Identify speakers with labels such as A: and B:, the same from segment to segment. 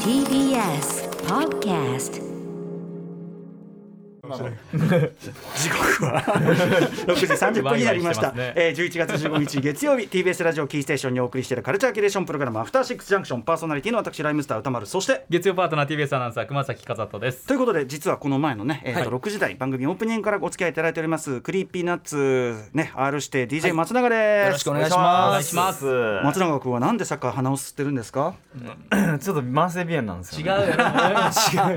A: TBS Podcast
B: 時刻は6時30分になりました
C: ワイワイしてますね
B: えー、11月15日月曜日 TBS ラジオキーステーションにお送りしているカルチャーキュレーションプログラム「アフターシックスジャンクション」パーソナリティの私ライムスター歌丸そして
C: 月曜パートナー TBS アナウンサー熊崎和人です
B: ということで実はこの前のね、えーと6時台番組オープニングからお付き合いいただいておりますクリーピーナッツね R して DJ 松永です、
D: よろしくお願いします。
C: お願いします
B: 松永君はなんでサッカー鼻を吸ってるんですか
D: ちょっと慢性鼻炎なんですよ、ね。
C: うよね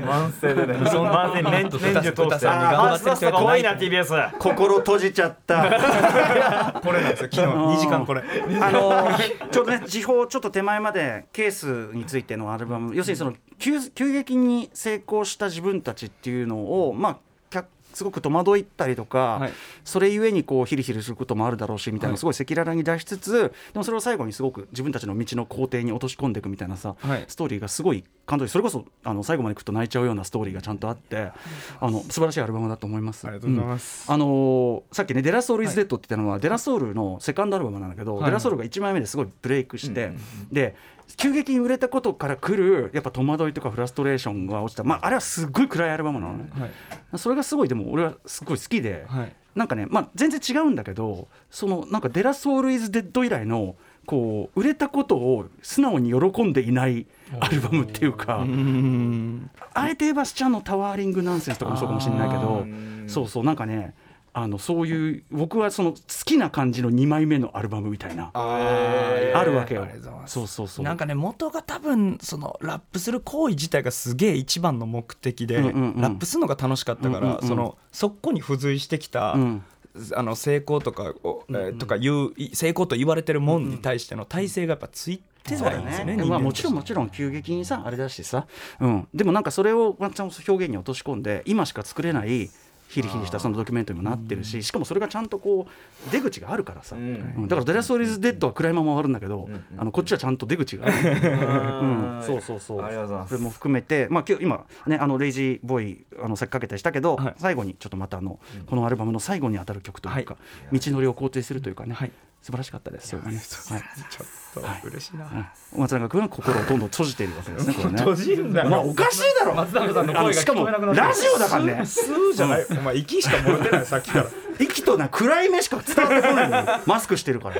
D: 慢性でね。その慢性年年中通して。
C: あー
D: あー怖いな TBS。
B: 心閉じちゃった
E: これなんですよ昨日
B: ん
E: 2時間これ
B: あ のーちょうどね時報ちょっと手前までケースについてのアルバム要するにその急急激に成功した自分たちっていうのをまあ客すごく戸惑いったりとか、
D: はい
B: それゆえにこうヒリヒリすることもあるだろうしみたいなすごい赤裸々に出しつつでもそれを最後にすごく自分たちの道の工程に落とし込んでいくみたいなさ、
D: はい
B: ストーリーがすごい感動しそれこそあの最後までくっと泣いちゃうようなストーリーがちゃんとあってあの素晴らしいアルバムだと思います。
E: ありがとうございます
B: あのーさっきね「デラソール・イズ・デッド」って言ったのは、デラソールのセカンドアルバムなんだけど、
D: い
B: デラソールが1枚目ですごいブレイクして、で急激に売れたことから来るやっぱ戸惑いとかフラストレーションが落ちた、まあ、あれはすごい暗いアルバムなのね、それがすごいでも俺はすごい好きで、
D: はい
B: なんかね、まあ、全然違うんだけどそのなんか「デラソール・イズ・デッド」以来のこう売れたことを素直に喜んでいないアルバムっていうか。あえて言えばスチャンのタワーリングナンセンスとかもそうかもしれないけどそうそうなんかねあのそういう僕はその好きな感じの2枚目のアルバムみたいなあるわけよそうそうそう
F: なんかね元が多分そのラップする行為自体がすげえ一番の目的で、
B: うんうんうん
F: ラップするのが楽しかったから、
B: うんうんうん
F: そのそこに付随してきた、
B: うん
F: あの成功とかを、えーとかいうい成功と言われてるもんに対しての体制がやっぱついて
B: そう
F: ない
B: だ
F: んですよね。
B: ね
F: 人
B: ま
F: 間
B: あ、もちろんも
F: として
B: ちろん急激にさあれだしさ、うん、でもなんかそれをワンちゃんを表現に落とし込んで今しか作れないヒリヒリしたそのドキュメントにもなってるししかもそれがちゃんとこう出口があるからさ、うんだから「デラソーリーズ・デッド」は暗いまま終わるんだけど、あのこっちはちゃんと出口がある。うん、そうそうそう。
D: ありがとうございます
B: それも含めて、まあ、今日今ね、あのレイジーボーイ、あの、さっきかけてしたけど、
F: はい
B: 最後にちょっとまた、あの、このアルバムの最後に当たる曲というか。道のりを肯定するというかね、
F: はい
B: 素晴らしかったです。そうね。はい。
F: そう嬉しいな、
B: うん松永君は心をどんどん閉じているわけですね。これね。
E: 閉じるんだ
B: まあ、おかしいだろ。
C: 松永さんの
B: あの
C: 声が
B: しか
C: 聞
B: も
C: こえなくなっ
B: ラジオだからね
E: 吸うじゃないお前息しか漏れてないさっ きから
B: 息とな暗い目しか伝わってこないのよマスクしてるから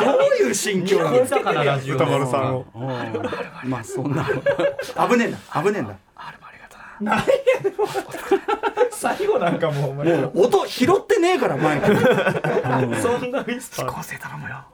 B: どういう心境なの
C: たからラジオ
E: 歌丸さ んを
B: うんまあそんな危ねえな危ねえな
E: 最後なんかもうお前
B: もう音拾ってねえからマイク
C: そんなミス
F: 構成頼むよ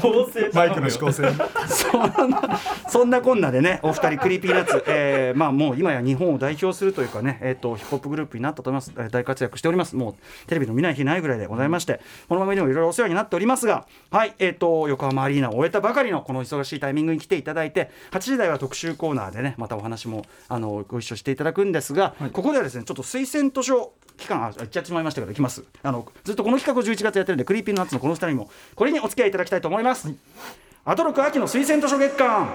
C: 構成
E: マイクの指 向性
B: そんな そんなこんなでねお二人クリーピーナッツ、えーまあもう今や日本を代表するというかねえっ、とヒップホップグループになったと思います、えー大活躍しておりますもうテレビの見ない日ないぐらいでございましてこの番組でもいろいろお世話になっておりますがはいえっ、と横浜アリーナを終えたばかりのこの忙しいタイミングに来ていただいて8時台は特集コーナーでねまたお話もあのご一緒していただくんですが、ここではですねちょっと推薦図書期間あ言っちゃってしまいましたけどいきますあのずっとこの企画を11月やってるんでクリーピーナッツのこの2人にもこれにお付き合いいただきたいと思います、アトロク秋の推薦図書月間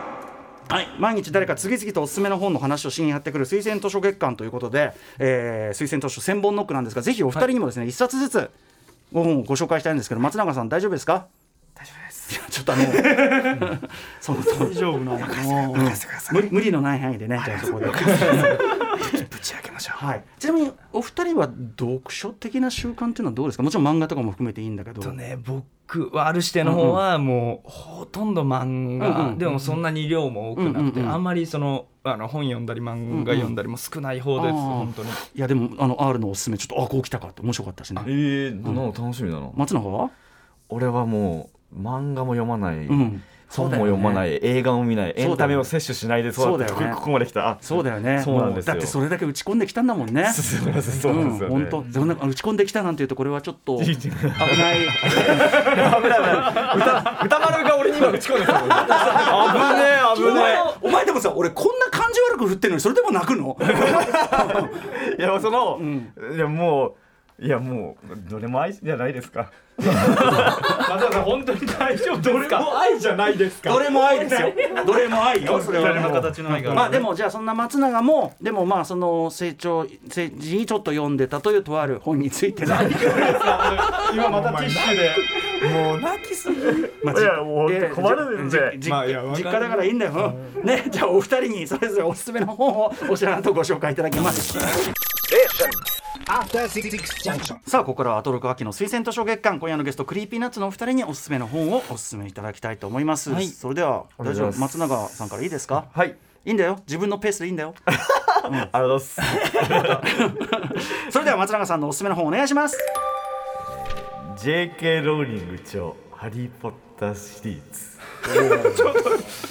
B: はい、毎日誰か次々とおすすめの本の話をしにやってくる推薦図書月間ということで、えー推薦図書1000本ノックなんですがぜひお二人にもですね、一1冊ずつご本をご紹介したいんですけど松永さん大丈夫ですか大丈夫ですちょっとあの その大丈夫なのうん無理無理のない範囲でねじゃあそこで
F: ぶち上げましょう
B: はい、ちなみにお二人は読書的な習慣っていうのはどうですかもちろん漫画とかも含めていいんだけど
F: とね僕はあるしての方はもうほとんど漫画、
B: うんうん
F: でもそんなに量も多くなくて、
B: うんうんうん
F: あんまりそのあの本読んだり漫画読んだりも少ない方で
B: うん
F: す、
B: うん
F: 本当に
B: いやでもあの R のおすすめちょっとあこう来たかって面白かったしね
D: えー、なの楽しみだな。
B: 松永は
D: 俺はもう漫画も読まない、
B: うん
D: 本も読まない、映画も見ない、
B: だよ
D: エ
B: ね
D: ンタメを摂取しないでそう
B: そうだよね
D: ここまで来た。あ
B: そうだよね。
D: そうなんですよ
B: だってそれだけ打ち込んできたんだもんね。
D: すみませんそうなんですよね。
B: 本当。そんな打ち込んできたなんていうとこれはちょっと危ない。
F: 歌丸が俺に今打ち込んでる 危ねえ危ねえ
B: お前でもさ、俺こんな感じ悪く振ってるのにそれでも泣くの？
D: いやその、いやもういやもうどれも愛じゃないですか。
C: 松永さん本当に大丈夫
E: どれも愛じゃないですか
B: どれも愛ですよ。どれも愛よ。それは
C: 誰の形の愛が
B: まあでもじゃあそんな松永もでもまあその成長成 人にちょっと読んでたというとある本についての
E: 今またティッシュでもう泣きすぎ
B: ま
D: いやもう困るんで
B: じじ
E: まあいやわか
B: 実
E: る
B: 家だからいいんだよ、うんねじゃあお二人にそれぞれおすすめの本をお知らせとご紹介いただきますさあここからはアトロク秋の推薦図書月間今夜のゲストクリーピーナッツのお二人におすすめの本をおすすめいただきたいと思います、
F: はい
B: それでは
D: お願
B: 大
D: いし
B: 丈
D: ま
B: 夫
D: す
B: 松永さんからいいですか
D: はい
B: いいんだよ自分のペースでいいんだよ
D: ありがとうございます
B: それでは松永さんのおすすめの本お願いします
D: JK ローリング著「ハリー・ポッター」シリーズ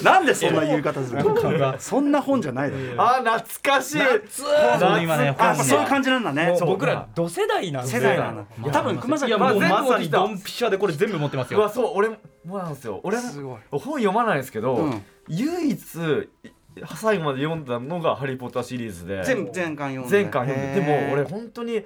B: なんでそんな言い方するのそんな本じゃないだろ
D: あー懐かしい
F: そう今ね
B: あ
F: 本
B: まあ
F: ね
B: そういう感じなんだね
F: もう僕ら同世代なんで
B: 世代なんだ多分熊
C: い
B: 崎
C: や
B: 君も
C: もう
B: 全部
C: まさ
B: 起
C: に
B: きた
C: ドンピシャでこれ全部持ってます
D: うわ
C: よ
D: そう俺もそうなんですよ俺も
B: すごい
D: 本読まないんですけど、
B: うん
D: 唯一い最後まで読んだのが「ハリー・ポッター」シリーズで
B: 全部全巻読んで
D: 前回読んででも俺本当に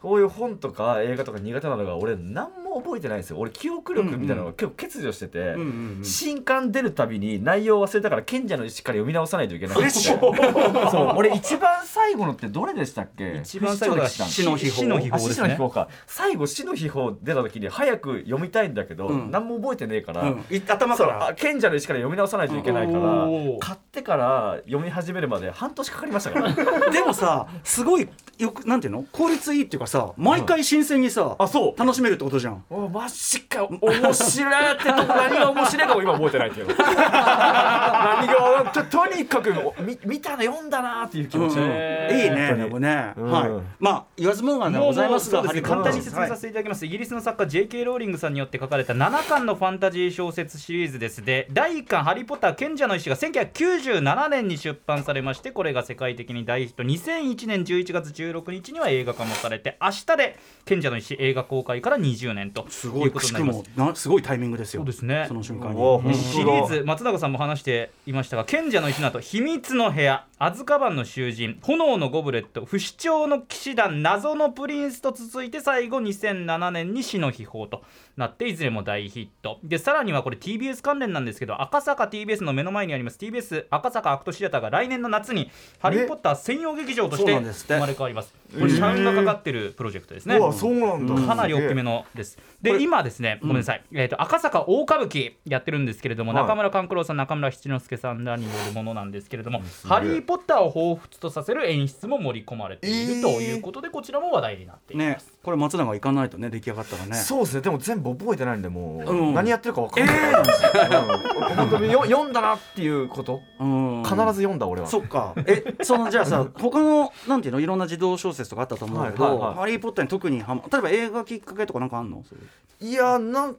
D: こういう本とか映画とか苦手なのが俺何も覚えてないんですよ俺記憶力みたいなのが結構欠如してて、
B: うんうん
D: 新刊出るたびに内容忘れたから賢者の石から読み直さないといけない
B: フレッシュ
D: そう俺一番最後のってどれでしたっけ
F: 一番最後が
D: 死
B: 死の秘宝
F: 死の秘
D: あ
F: 宝で
D: 死
F: す
D: の秘
F: ね
D: 宝か最後死の秘宝出た時に早く読みたいんだけど、
B: うん
D: 何も覚えてねえから、
B: うんい頭
D: そ
B: か
D: う
B: ら
D: あ賢者の石から読み直さないといけないから、
C: おー
D: 買ってから読み始めるまで半年かかりましたから
B: でもさすごいよくなんていうの効率いいっていうかさ毎回新鮮にさ、
D: そう
B: 楽しめるってことじゃん
D: おマジか面白いってとこ何が面白いかも今覚えてないけど 何がととにかく見見たな読んだなっていう気持ち
B: うんいい
D: で、
B: ね
D: 本当
B: で
D: に
B: もね、
D: うん
B: はいまあ言わずもがなではございますが
C: もうもうそうですね
B: ハリー
C: 簡単に説明させていただきます、イギリスの作家 J.K. ローリングさんによって書かれた7巻のファンタジー小説シリーズですで第1巻「ハリー・ポッター賢者の石」が1997年に出版されましてこれが世界的に大ヒット2001年11月16日には映画化もされて明日で「賢者の石」映画公開から20年と
B: す
C: い
B: ごいう
C: こ
B: く
C: とに
B: し
C: な
B: く
C: ります
B: もなすごいタイミングですよ
C: そうですね
B: その瞬間
D: うわ
B: に
D: 本当だ
C: シリーズ松永さんも話していましたが賢者の石の後秘密の部屋アズカバンの囚人炎のゴブレット不死鳥の騎士団謎のプリンスと続いて最後2007年に死の秘宝となっていずれも大ヒットでさらにはこれ TBS 関連なんですけど赤坂 TBS の目の前にあります TBS 赤坂アクトシアターが来年の夏に「ハリー・ポッター」専用劇場とし
B: そう
C: て
B: なんですって
C: 生まれ変わりますこれ社員がかかってるプロジェクトですね
D: うわそうなんだ、
C: かなり大きめのです。で今ですね、ごめんなさい、えー、と赤坂大歌舞伎やってるんですけれども、
D: はい
C: 中村勘九郎さん中村七之助さんらによるものなんですけれども「
D: げえ
C: ハリー・ポッター」を彷彿とさせる演出も盛り込まれているということで、こちらも話題になっている、
B: ねこれ松永行かないとね出来上がったらね
D: そうですねでも全部覚えてないんでもう、
B: うん
D: 何やってるか分かんない、うん本当によ読んだなっていうこと
B: うん
D: 必ず読んだ俺は、
B: そっかえそのじゃあさ他のなんていうのいろんな児童小説とかあったと思うんだけど、
D: はいはいはい
B: ハリー・ポッターに特にハマ例えば映画きっかけとかなんかあんの
D: いやなん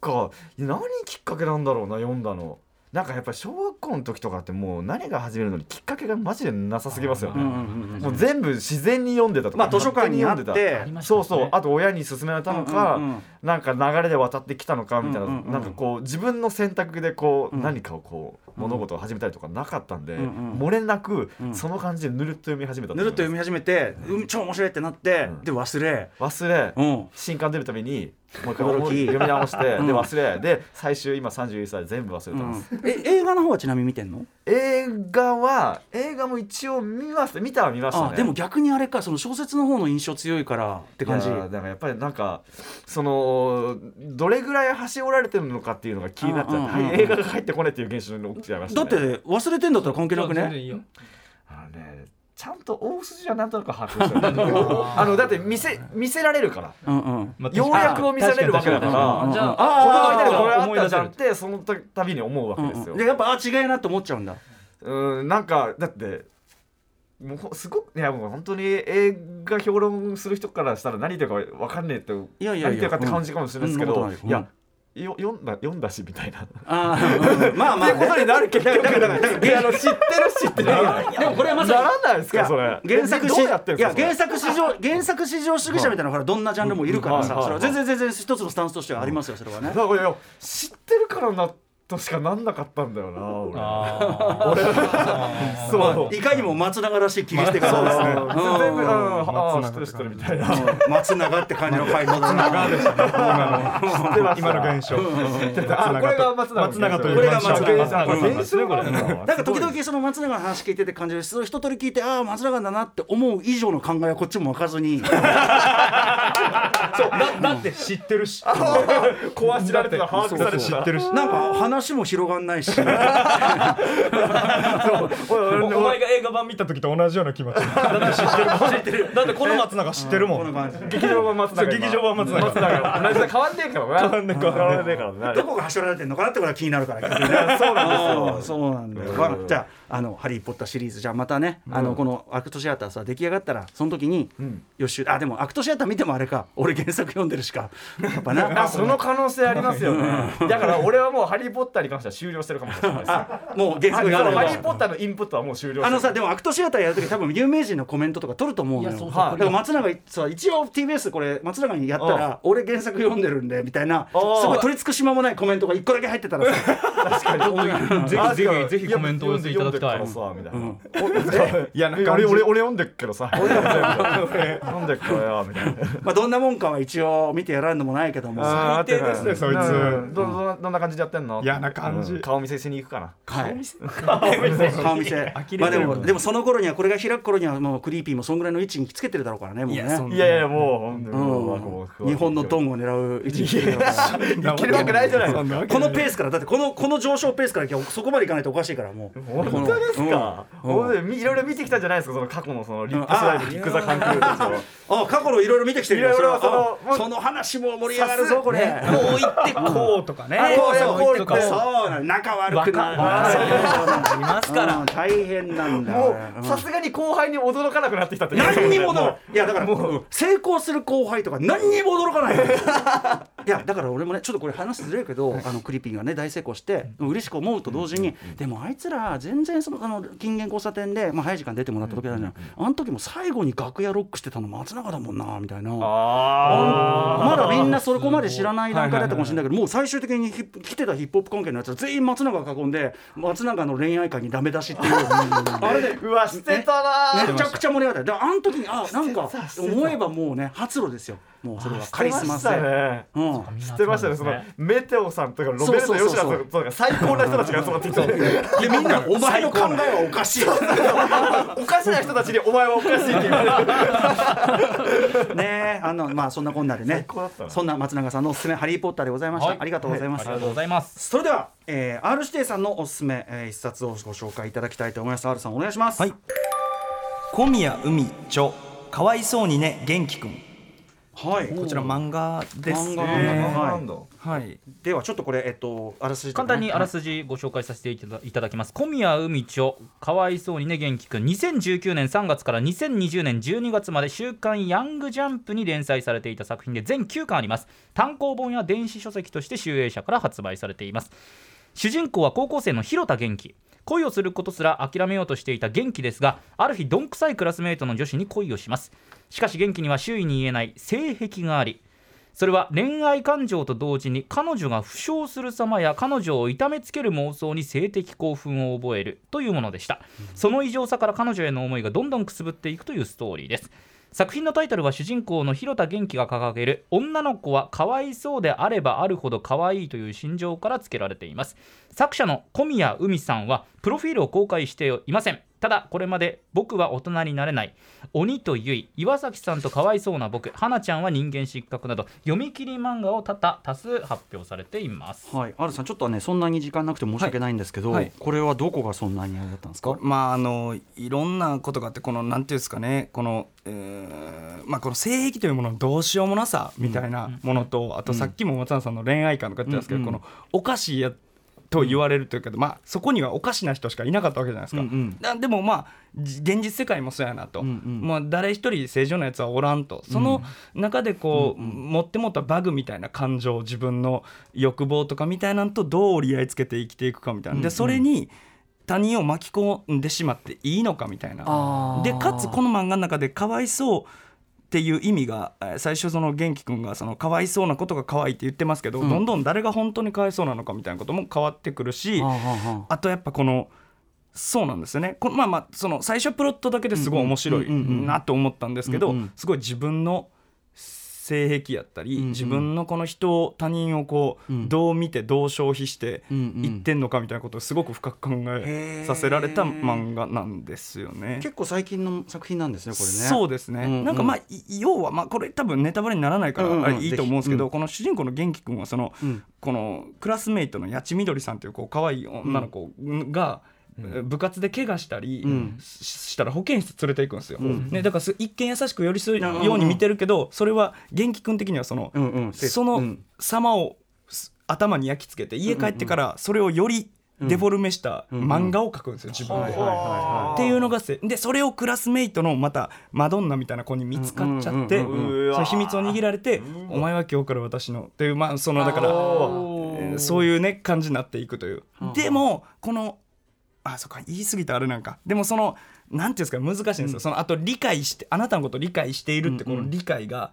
D: かいや何きっかけなんだろうな読んだのなんかやっぱり小学校の時とかってもう何が始めるのにきっかけがマジでなさすぎますよね、
B: うんうんうんうん
D: もう全部自然に読んでたとか、
B: まあ図書館にあっ
D: 勝手読んで
B: て
C: り
D: た
C: ましたね
D: そうそうあと親に勧められたのか、
B: うんうんうん
D: なんか流れで渡ってきたのかみたいな、
B: うんうんうん
D: なんかこう自分の選択でこう、
B: うん
D: 何かをこう物事を始めたりとかなかったんで、
B: うんうん
D: 漏れなく、
B: うん
D: その感じでぬるっと読み始めた
B: ぬるっと読み始めて、うん、超面白いってなって、
D: うん
B: で忘れ、
D: 忘れ、
B: うん、
D: 新刊出るためにもう一回
B: 驚
D: 読
B: き
D: み直してで
B: うん
D: 忘れで最終今31歳全部忘れてます、
B: え映画の方はちなみに見てんの、
D: 映画は映画も一応見ました見たは見ましたね
B: あでも逆にあれかその小説の方の印象強いからって感じ
D: いやーだからやっぱりなんかそのどれぐらい端折られてるのかっていうのが気になっちゃって、
B: うんうんうんうん
D: はい映画が入ってこないっていう現象に起きちゃいました、
B: だっ
D: ね、
B: て忘れてんだったら関係なくね
D: あのねちゃんと大筋はなんとなく把握してる あのだって見せ見せられるから
B: うんうん
F: まあ
D: ようやくを見せられるわけだから
B: 確に確か
D: こ
B: に
D: の
B: じゃあ
D: 間にこれあっ
F: 思い
D: た
F: 出
D: じ
F: せ
D: ゃ
F: る
D: んってそのたびに思うわけ
B: うん
D: です
B: う
D: よ
B: ん、でやっぱあ違えなと思っちゃうんだ
D: うんなんかだってもうほすごくいやもう本当に映画評論する人からしたら何言ってるかわかんねえって
B: いやいやい
D: 何言って
B: や
D: るかって感じかもしれないですけ
B: うんそ
D: ど、
B: んなこと
D: い
B: ないよ
D: やよ読んだ読んだしみたいな。
B: あーうん まあまあ、ね、
D: になるけど、だからだからだからあの知ってるしってならない。
B: でもこれはまさに
D: ならないです
B: いや
D: かそれ。
B: 原作
D: ど
B: し
D: うやってるん
B: い
D: です
B: や
D: かそ
B: 原作
D: れ
B: 史上原作史上主義者みたいなほらどんなジャンルもいるから
D: うん
B: さ
D: はい
B: それは全然全然一つのスタンスとしてはありますよそれはね
D: だからいや知ってるからなとしかなんなかったんだよな俺
C: あー
D: そう
B: まあいかにも松永らしい切り捨て方ですね。うん
D: 全部うんあ
E: 松永
D: あ知ってる知ってるみたいな
B: うん松永って感じの回答だな
E: でしたね今の今の現象
D: あこれが松永
E: 松永という
B: これが松永
D: 現象あこれ現象なんだ
B: なんか時々その松永の話聞いてて感じるそれ一通り聞いてああ松永だなって思う以上の考えはこっちも湧かずに
E: そうだだって知ってるし
D: 壊しられてた把握されて
E: 知
D: た
E: ってるし
B: なんか話も広がんないし
E: お
D: 俺
E: お前が映画版見た時と同じような気持ちだって知ってるもんだってこの松永知ってるも
B: この
E: ん
B: 感じ
D: 劇場版
E: そ
D: 松
E: う
D: 永今
E: 劇場版松永
D: 松永同じだ変わんねえからな
E: 変わんねえ変わんねえ
D: 変わんねえからな
B: どこが走られてるのかなってことが気になるから逆にねそうなんですよそうなんだよ、まあじゃああの「ハリー・ポッター」シリーズじゃあまたね、あのこのアクトシアターさ出来上がったらその時に予習あでもアクトシアター見てもあれか俺原作読んでるしかやっぱな
D: あその可能性ありますよねだから俺はもうハリー・ポッターに関しては終了してるかもしれないです
B: もう原
D: あ
B: 作読
D: のハ
B: ん
D: リ
B: で
D: ー・
B: る
D: ポッターのインプットはもう終了
B: あのさでもアクトシアターやるとき多分有名人のコメントとか取ると思うのよ
A: いやそうそう
B: はいだから松永さ一応 TBS これ松永にやった
D: う
B: ら俺原作読んでるんでみたいなす
D: あー
B: ごい取り付く島もないコメントが一個だけ入ってたらさ
D: 確かに
C: ぜひぜひぜひコメントをお寄せいただきたい
D: 読ん
B: う
D: でるからさ
B: ん
D: みたいな。いやなんか俺俺俺読んでっけどさ。俺読んでっけど読んでっからよみたいな。
B: まあどんなもんかは一応見てやらんのもないけどもは
D: あー
E: 最低ですねそいつ
D: うんどどどんな感じでやってんの？
E: 嫌な感じ
D: うん顔見せしに行くかな。
B: い 顔見せまあでもでもその頃にはこれが開く頃にはもうクリーピーもそんぐらいの位置につけてるだろうからねもう
F: いやそ
B: ね
F: ん
D: いやいやもう
B: うん日本のド
D: ン。
B: ンを狙う位置につけてるから
D: いけるわけないじゃないですか。
B: このペースからだってこのこの上昇ペースからいけばそこまでいかないとおかしいからもう
D: 本当ですか。
B: うん
D: 本当にいろいろ見てきたんじゃないですか。その過去のそのリップスライド、リップザ関係とか。
B: あ過去のいろいろ見てきてるよ
D: いろいろ
B: それは
D: その
B: あその話も盛り上がるぞこれ、
F: こう言ってこうとかね
B: あこうそうこう
F: 言
B: 言
F: っ
B: ってそうなの仲悪くなる
F: わか
B: そう
F: いますから
B: うん大変なんだ
D: も
B: うん
D: うさすがに後輩に驚かなくなってきたって
B: 何にも
D: も
B: 驚 いやだからもう成功する後輩とか何にも驚かないよ いやだから俺もねちょっとこれ話ずれるけどあのクリピンがね大成功して嬉しく思うと同時にでもあいつら全然そのあの金言交差点でまあ早い時間出てもらった時だじゃんあの時も最後に楽屋ロックしてたの松永だもんなみたいな
D: あ
B: まだみんなそこまで知らない段階だったかもしれないけど、もう最終的にヒップ来てたヒップホップ関係のやつら全員松永が囲んで、松永の恋愛観にダメ出しっていう、あれで、
D: うわ捨てたな
B: めちゃくちゃ盛り上がった。で、あの時に、あ、なんか、思えばもうね、発露ですよ。もうそれはカリスマ性。
D: ね
B: うん。
D: 知ってましたねそのメテオさんとかロベルト
B: そうそうそ
D: 吉
B: う
D: 田さ
B: そうん
D: とか最高な人たちが集まってきて
B: で、みんな、お前の考えはおかしい。
D: おかしな人たちにお前はおかしいって言われる
B: ねえあの、まあ、そんなこんなでね
D: 高だった、な
B: そんな松永さんのおすすめ、ハリー・ポッターでございました。ありがとうございま
C: あ
B: す
C: りが。とうございます
B: それでは、えー、R 指定さんのおすすめ、えー、一冊をご紹介いただきたいと思います R さんお願いします、
F: はい 小宮海著かわいそうにね元気くん
B: はい
F: こちら漫画です
B: 漫画
F: ね
B: はい
F: はい
B: ではちょっとこれえっとあらすじとか
C: 簡
B: ね
C: 単にあらすじご紹介させていただいただきます小宮海町かわいそうにね元気くん2019年3月から2020年12月まで「週刊ヤングジャンプ」に連載されていた作品で全9巻あります単行本や電子書籍として集英社から発売されています主人公は高校生の広田元気恋をすることすら諦めようとしていた元気ですがある日どんくさいクラスメートの女子に恋をしますしかし元気には周囲に言えない性癖がありそれは恋愛感情と同時に彼女が負傷する様や彼女を痛めつける妄想に性的興奮を覚えるというものでした、その異常さから彼女への思いがどんどんくすぶっていくというストーリーです作品のタイトルは主人公の広田元気が掲げる「女の子はかわいそうであればあるほどかわいい」という心情から付けられています作者の小宮海さんはプロフィールを公開していませんただこれまで僕は大人になれない鬼とゆい岩崎さんとかわいそうな僕花ちゃんは人間失格など読み切り漫画を多々多数発表されています
B: はい R さんちょっとねそんなに時間なくて申し訳ないんですけど、
F: はいはい
B: これはどこがそんなにあれだったんですか、
F: まああのいろんなことがあってこのなんていうんですかねこの、えーまあこの性癖というもののどうしようもなさみたいなものと、あとさっきも松永さんの恋愛観とか言ってたんですけど、
B: うんうん
F: このおかしいやと言われるというけど、まあそこにはおかしな人しかいなかったわけじゃないですか。
B: うんうん
F: だでもまあじ現実世界もそうやなと、
B: うんうん
F: まあ、誰一人正常なやつはおらんとその中でこう、持ってもったバグみたいな感情自分の欲望とかみたいなんとどう折り合いつけて生きていくかみたいな、でそれに他人を巻き込んでしまっていいのかみたいな
B: あー
F: でかつこの漫画の中でかわいそうっていう意味がえー最初その元気くんがそのかわいそうなことが可愛いって言ってますけど、どんどん誰が本当にかわいそうなのかみたいなことも変わってくるし、あとやっぱこのそうなんですよねこまあまあその最初プロットだけですごい面白い
B: うんうんうんうん
F: なと思ったんですけど、
B: うんうん
F: すごい自分の性癖やったり、
B: んうん
F: 自分のこの人を他人をこう、
B: うん
F: どう見てどう消費して
B: うんうん
F: いってんのかみたいなことをすごく深く考
B: へ
F: え
B: ー
F: させられた漫画なんですよね。
B: 結構最近の作品なんですねこれね
F: そうですね、
B: うんうん
F: なんかまあい要はまあこれ多分ネタバレにならないか
B: うんうんうん
F: らあれいいと思うんですけど、
B: ぜ
F: この主人公の元気くんはその、
B: うん
F: このクラスメイトの八千みどりさんというこう可愛い女の子が、部活で怪我したり
B: うん
F: ししたら保健室連れていくんですよ、
B: ん
F: ね、だからす一見優しく寄り添う
B: うんうんうん
F: ように見てるけどそれは元気くん的にはその、
B: うんうん
F: そ
B: うん
F: の様をす頭に焼き付けて家帰ってからそれをよりデフォルメした漫画を描くんですよ自分
B: はい
F: で
B: はい。は
F: っていうのがせでそれをクラスメイトのまたマドンナみたいな子に見つかっちゃって
B: うんうんうん
D: うんうわ
F: その秘密を握られて「お前は今日から私の」っていうまあそのだからえーそういうね感じになっていくという
B: うんうん
F: でもこのあそっか言い過ぎたあれなんかでもそのなんていうんですか難しいんですよそのあと理解してあなたのことを理解しているってこ
B: うんう
F: の
B: ん
F: 理解が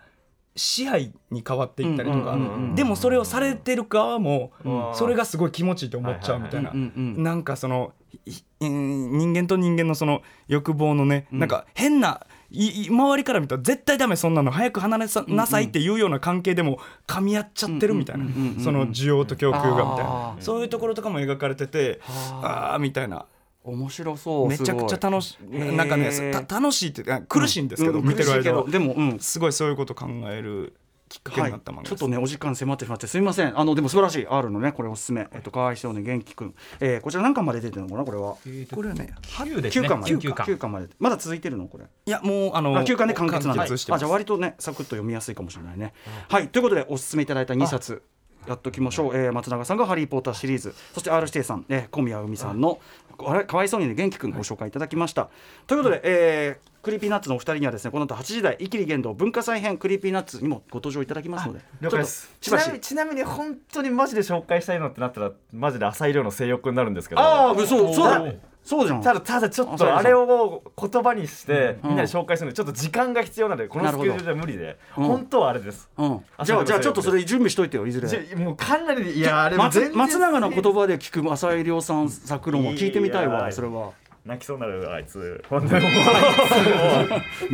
F: 支配に変わっていったりとか
B: うんうんうんうん
F: でもそれをされてる側も
D: うん
F: それがすごい気持ちいいと思っちゃうみたい
B: い
F: な
B: はいうんうん
F: なんかそのいい人間と人間のその欲望のね、なんか変ないい周りから見たら絶対ダメそんなの早く離れさなさいっていうような関係でも噛み合っちゃってるみたいな
B: うんうんうんうん
F: その需要と供給がみたい
B: あ
F: な
B: ー
F: そういうところとかも描かれてて
B: はあ
F: ああーみたいな
B: 面白そう
F: めちゃくちゃ楽し
B: ごい
F: なんかね
B: へー
F: た楽しいっていうか苦しいんですけど、
B: う
F: 見てる
B: 苦しいけ
F: 間
B: ど
F: は
B: でもうん
F: すごいそういうこと考えるきっかけになった漫画です、
B: ちょっとねお時間迫ってしまってすみませんあのでも素晴らしい R のねこれおすすめえっと河合少年元気くん、えー、こちら何巻まで出てるのかなこれは
F: これはね
C: 9です
B: 九
C: ね
B: 巻まで
C: 九
B: 九巻までまだ続いてるのこれ
F: いやもうあの
B: あ九巻で完結なんだ、
F: 完
B: あ
F: 結し
B: じ
F: て
B: ゃ
F: ま
B: あ
F: す
B: 割とねサクッと読みやすいかもしれないね、はいということでおすすめいただいた二冊やっときましょう、えー、松永さんが「ハリー・ポッター」シリーズそして R− 指定さん、えー、小宮海さんの「あれかわいそうにね元気くん」ご紹介いただきました、ということで、えークリーピーナッツのお二人にはですねこの後8時台「イキリ言動文化祭編クリーピーナッツ」にもご登場いただきますので
D: 了解です
B: ち
D: ち
B: ょっとしば
D: なみに
B: し
D: ちなみに本当にマジで紹介したいのってなったらマジで浅井亮の性欲になるんですけど
B: ああそうそうだそうじゃん
D: ただただちょっ
B: 浅井亮
D: と
B: さん
D: あれを言葉にして
B: うん
D: みんなで紹介するのでちょっと時間が必要なのでこ
B: な
D: の
B: る
D: ス
B: ほ
D: ケ
B: ど
D: ジュールじゃ無理で
B: うん
D: 本当はあれです
B: うん、じゃあじゃあちょっとそれ準備しといてよいずれ
D: じゃもうかなりいやあれも全
B: 松
D: 然
B: 松永の言葉で聞く浅井亮さん作論を聞いてみたい
D: いや
B: わ
D: ー
B: それは
D: 泣きそうになるあいつ本当にも う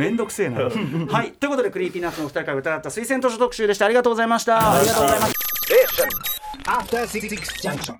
B: めんどくせえなはいということでクリーピーナッツのお二人から歌った推薦図書特集でしたありがとうございましたありがとうございました
A: After Six Junction.